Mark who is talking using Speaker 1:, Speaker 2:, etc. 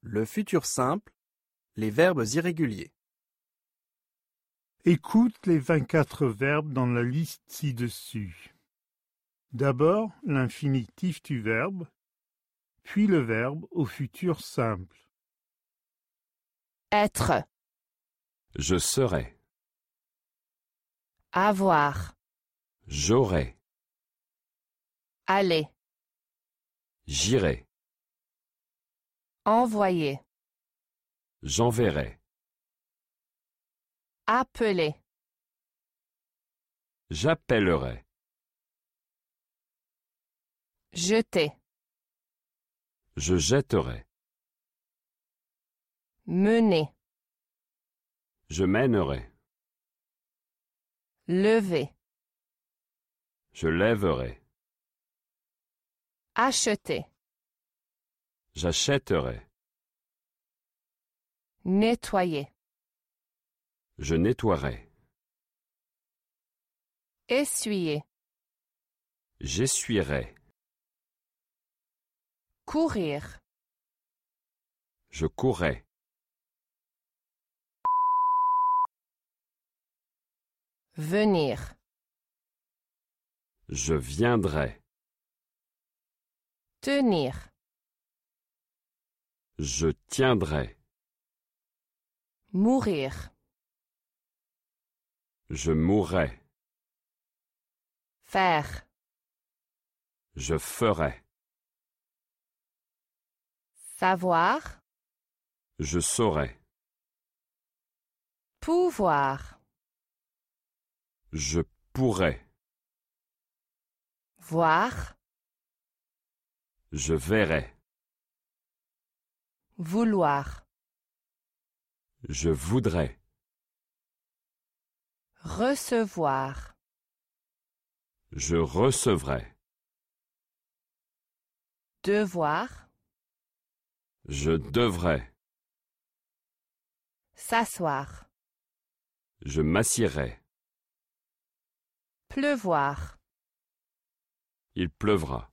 Speaker 1: Le futur simple, les verbes irréguliers.
Speaker 2: Écoute les 24 verbes dans la liste ci-dessus. D'abord l'infinitif du verbe, puis le verbe au futur simple.
Speaker 3: être,
Speaker 4: Je serai.
Speaker 3: avoir,
Speaker 4: J'aurai.
Speaker 3: aller,
Speaker 4: J'irai.
Speaker 3: envoyer,
Speaker 4: J'enverrai.
Speaker 3: appeler,
Speaker 4: J'appellerai.
Speaker 3: jeter,
Speaker 4: Je jetterai.
Speaker 3: mener,
Speaker 4: Je mènerai.
Speaker 3: lever,
Speaker 4: Je lèverai.
Speaker 3: acheter,
Speaker 4: J'achèterai.
Speaker 3: nettoyer,
Speaker 4: Je nettoierai.
Speaker 3: essuyer,
Speaker 4: J'essuierai.
Speaker 3: courir,
Speaker 4: Je courrai.
Speaker 3: venir,
Speaker 4: Je viendrai.
Speaker 3: tenir,
Speaker 4: Je tiendrai.
Speaker 3: mourir,
Speaker 4: Je mourrai.
Speaker 3: faire,
Speaker 4: Je ferai.
Speaker 3: savoir,
Speaker 4: Je saurai.
Speaker 3: pouvoir,
Speaker 4: Je pourrai.
Speaker 3: voir,
Speaker 4: Je verrai.
Speaker 3: vouloir,
Speaker 4: Je voudrai.
Speaker 3: recevoir,
Speaker 4: Je recevrai.
Speaker 3: devoir,
Speaker 4: Je devrai.
Speaker 3: s'asseoir,
Speaker 4: Je m'assierai.
Speaker 3: pleuvoir.
Speaker 4: Il pleuvra.